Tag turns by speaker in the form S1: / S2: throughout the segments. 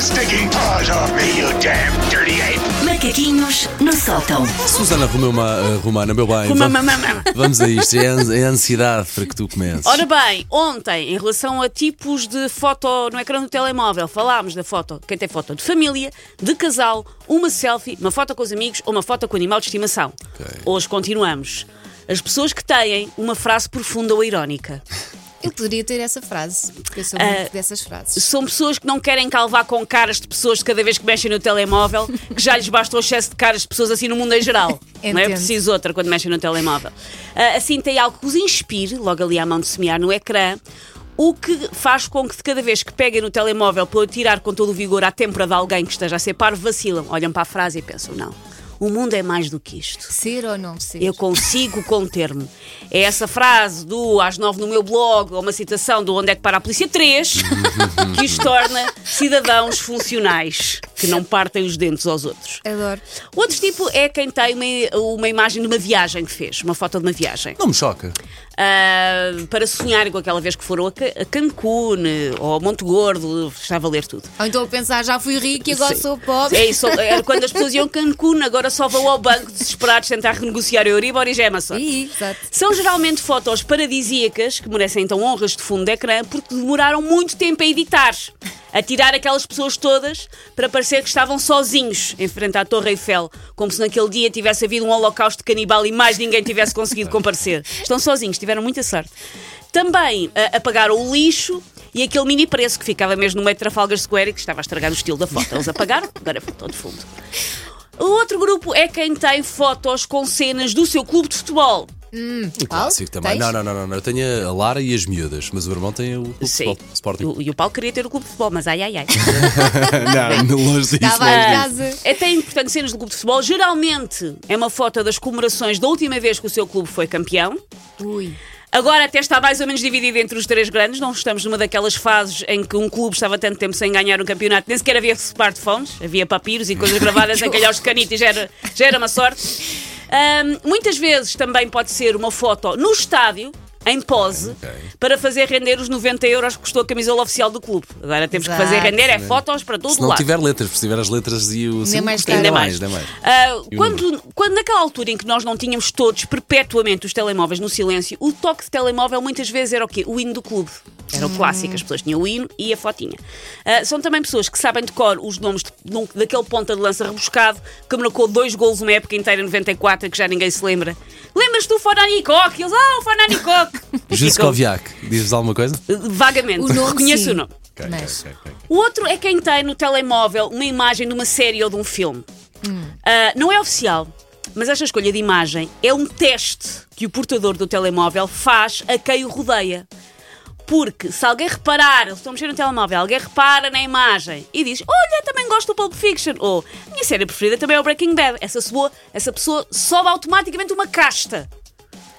S1: stinking paws off me, you damn dirty ape!
S2: Macaquinhos no sótão.
S3: Susana Romeu- uh, Romana, meu bem,
S4: Roma-
S3: vamos,
S4: ma- ma- ma-
S3: vamos a isto. É a an- é a ansiedade para que tu comeces.
S4: Ora bem, ontem, em relação a tipos de foto no ecrã do telemóvel, falámos da foto, quem tem foto de família, de casal, uma selfie, uma foto com os amigos ou uma foto com o animal de estimação.
S3: Ok.
S4: Hoje continuamos. As pessoas que têm uma frase profunda ou irónica.
S5: Eu poderia ter essa frase, porque eu sou
S4: Ah,
S5: muito dessas frases.
S4: São pessoas que não querem calvar com caras de pessoas de cada vez que mexem no telemóvel, que já lhes basta o excesso de caras de pessoas assim no mundo em geral. não é
S5: Entendo.
S4: preciso outra quando mexem no telemóvel. Ah, assim tem algo que os inspire, logo ali à mão de semear no ecrã, o que faz com que de cada vez que peguem no telemóvel para tirar com todo o vigor à têmpora de alguém que esteja a ser parvo, vacilam, olham para a frase e pensam: não, o mundo é mais do que isto.
S5: Ser ou não ser?
S4: Eu consigo conter-me. É essa frase do às nove no meu blog, ou uma citação do Onde é que para a Polícia 3, que os torna cidadãos funcionais, que não partem os dentes aos outros.
S5: Adoro.
S4: Outro tipo é quem tem uma, uma imagem de uma viagem que fez, uma foto de uma viagem.
S3: Não me choca.
S4: Ah, para sonhar com aquela vez que foram a Ca- a Cancún eh, ou a Monte Gordo, está a valer tudo.
S5: Ou então a pensar, já fui rico e agora
S4: Sim.
S5: sou pobre.
S4: É isso, era quando as pessoas iam a Cancún, agora só vão ao banco desesperados tentar renegociar o Euribor e é Gemerson.
S5: Ih, exato.
S4: São geralmente fotos paradisíacas, que merecem então honras de fundo de ecrã, porque demoraram muito tempo a editar. A tirar aquelas pessoas todas para parecer que estavam sozinhos em frente à Torre Eiffel, como se naquele dia tivesse havido um holocausto canibal e mais ninguém tivesse conseguido comparecer. Estão sozinhos, tiveram muita sorte. Também ah, apagaram o lixo e aquele mini preço que ficava mesmo no meio de Trafalgar Square e que estava a estragar o estilo da foto. Eles apagaram, agora é foto de fundo. O outro grupo é quem tem fotos com cenas do seu clube de futebol.
S3: Um clássico também.
S5: tens?
S3: Não, não, não, não, não. Eu tenho a Lara e as miúdas, mas o irmão tem o clube de
S4: Sim.
S3: futebol, Sporting.
S4: O- E o Paulo queria ter o clube de futebol, mas ai ai ai.
S3: não, longe disso.
S5: Estava
S3: longe
S5: em
S3: disso.
S5: casa.
S4: É, Tem, portanto, cenas do clube de futebol. Geralmente é uma foto das comemorações da última vez que o seu clube foi campeão.
S5: Ui.
S4: Agora até está mais ou menos dividido entre os três grandes. Não estamos numa daquelas fases em que um clube estava tanto tempo sem ganhar um campeonato, nem sequer havia smartphones, havia papiros e coisas gravadas em calhaus de canita e já era, já era uma sorte. Ahm, muitas vezes também pode ser uma foto no estádio, em pose,
S3: Ok, ok.
S4: para fazer render os 90 euros que custou a camisola oficial do clube. Agora temos que fazer
S5: Exato.
S4: render é fotos para todo
S3: Se
S4: lado.
S3: não tiver letras, se tiver as letras e o. símbolo,
S5: mais
S3: ainda
S5: caro.
S3: mais, ainda mais.
S4: Ah,
S3: E o
S4: quando, quando naquela altura em que nós não tínhamos todos perpetuamente os telemóveis no silêncio, o toque de telemóvel muitas vezes era o quê? O hino do clube. Era
S3: Hum.
S4: o clássico, as pessoas tinham o hino e a fotinha. Ah, são também pessoas que sabem de cor os nomes de- de um- daquele ponta de lança rebuscado que marcou dois golos uma época inteira, em 94, que já ninguém se lembra. Lembras-te do Fonanicoque? Eles, ah, o Fonanicoque!
S3: Juscoviac, diz-vos alguma coisa?
S4: Vagamente,
S5: O nome,
S4: reconheço
S5: sim.
S4: o nome.
S3: Ok,
S5: Mas-
S3: ok, ok, ok.
S4: O outro é quem tem no telemóvel uma imagem de uma série ou de um filme.
S5: Hum.
S4: Ah, não é oficial, mas esta escolha de imagem é um teste que o portador do telemóvel faz a quem o rodeia. Porque se alguém reparar, se estou a mexer no telemóvel, alguém repara na imagem e diz: Olha, também gosto do Pulp Fiction. Ou a minha série preferida também é o Breaking Bad. Essa pessoa, essa pessoa sobe automaticamente uma casta.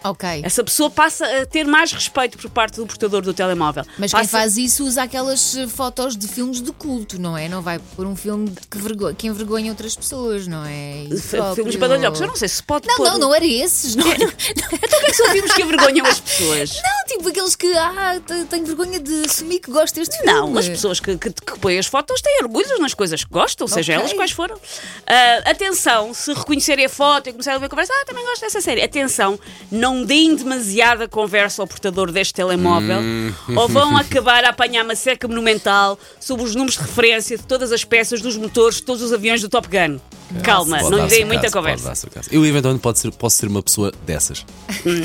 S5: Ok.
S4: Essa pessoa passa a ter mais respeito por parte do portador do telemóvel.
S5: Mas
S4: passa...
S5: quem faz isso usa aquelas eh, fotos de filmes de culto, não é? Não vai pôr um filme que, vergo- que envergonha outras pessoas, não é? Isso
S4: f- filmes
S5: próprio.
S4: badalhocos. Eu não sei se pode
S5: Não,
S4: pôr
S5: não,
S4: no-
S5: não era esses. Não, não,
S4: Então o que é que são filmes que envergonham as pessoas?
S5: não, tipo aqueles que, ah, te- tenho vergonha de assumir que gosto deste filme.
S4: Não, as pessoas que, que, que põem as fotos têm orgulhos nas coisas que gostam, seja
S5: Ok.
S4: elas quais foram. Ah, atenção, se reconhecerem a foto e começarem a ver a conversa, ah, também gosto dessa série. Atenção, não deem demasiada conversa ao portador deste telemóvel
S3: Hum.
S4: ou vão acabar a apanhar uma seca monumental sobre os números de referência de todas as peças, dos motores, de todos os aviões do Top Gun. Calma,
S3: Pode
S4: não
S3: dar-se
S4: deem
S3: o
S4: muita
S3: caso, pode
S4: conversa.
S3: dar-se o caso. Eu, eventualmente, pode ser- posso ser uma pessoa dessas.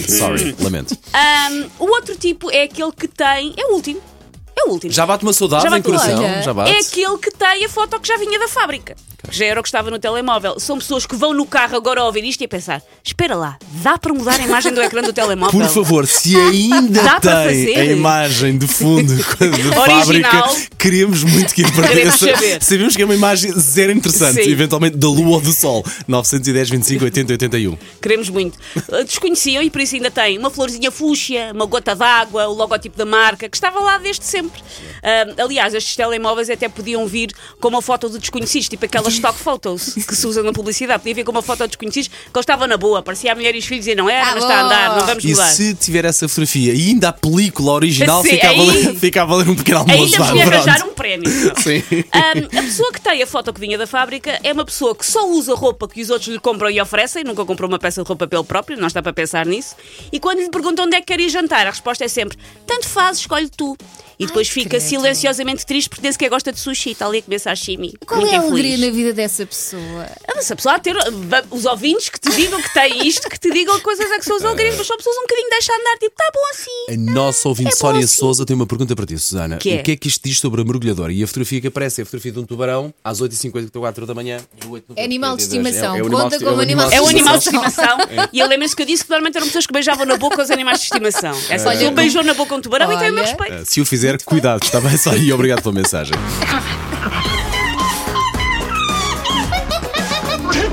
S3: Sorry, lamento.
S4: Ah, Ahm, o outro tipo é aquele que tem. É o último. É o último.
S3: Já bate uma saudade
S4: Já
S3: em
S4: bate-
S3: coração.
S5: Olha,
S3: já bate.
S4: É aquele que tem a foto que já vinha da fábrica. Que já era o que estava no telemóvel. São pessoas que vão no carro agora a ouvir isto e a pensar: espera lá, dá para mudar a imagem do ecrã do telemóvel?
S3: Por favor, se ainda
S4: Dá
S3: tem
S4: para
S3: a
S4: fazer?
S3: imagem de fundo da fábrica,
S4: Original.
S3: queremos muito que
S4: Queremos
S3: apareça.
S4: saber.
S3: Sabemos que é uma imagem zero interessante,
S4: Sim.
S3: eventualmente da lua ou do sol. 910, 25, 80, 81.
S4: Queremos muito. Uh, Desconheciam e por isso ainda tem uma florzinha fúcsia, uma gota d'água, o logotipo da marca, que estava lá desde sempre. Ah, aliás, estes telemóveis até podiam vir com uma foto do desconhecido, tipo aquelas stock photos que se usam na publicidade. Podia vir com uma foto do desconhecido que ele estava na boa, parecia a mulher e os filhos e não era,
S5: Tá
S4: mas está a
S5: bom.
S4: andar, não vamos
S3: E
S4: mudar.
S3: se tiver essa fotografia e ainda a película original,
S4: Sim,
S3: fica, a
S4: aí-
S3: valer, fica a valer um pequeno almoço.
S4: Ainda
S3: vá,
S4: podia
S3: pronto.
S4: arranjar um Ah, esquizofrénico.
S3: Sim.
S4: Ahm, a pessoa que tem a foto que vinha da fábrica é uma pessoa que só usa roupa que os outros lhe compram e oferecem, nunca comprou uma peça de roupa pelo próprio, não está para pensar nisso. E quando lhe perguntam onde é que quer ir jantar, a resposta é sempre: tanto faz, escolhe tu. E depois fica
S5: credo.
S4: silenciosamente triste porque nem sequer gosta de sushi e está ali a comer sashimi.
S5: Qual
S4: Muito
S5: é a alegria
S4: infeliz.
S5: na vida dessa pessoa?
S4: Ah, Se a pessoa ter va- os ouvintes que te digam que tem isto, que te digam coisas é que são os alegrias, mas são pessoas um bocadinho deixa andar, tipo, tá bom assim.
S3: A nossa
S5: É
S3: ouvinte
S4: bom
S3: Sónia
S4: assim.
S3: Souza tem uma pergunta para ti, Susana.
S4: Que é?
S3: O que é que isto diz sobre a mergulhadora? E a fotografia que aparece é a fotografia de um tubarão às 8h54 da manhã. do 8 de novembro.
S5: É animal de
S3: É, é, é, é o
S5: estimação.
S3: animal
S5: Conta
S3: de-
S5: como
S3: é o
S5: animal de
S4: É um animal de
S5: Estimação.
S4: estimação. E eu lembro-me que eu disse que normalmente eram pessoas que beijavam na boca os animais de estimação. Essa pessoa beijou na boca um tubarão e tem o meu
S5: Olha.
S4: respeito.
S3: Se o fizer, cuidado, está bem, Sónia? E obrigado pela mensagem.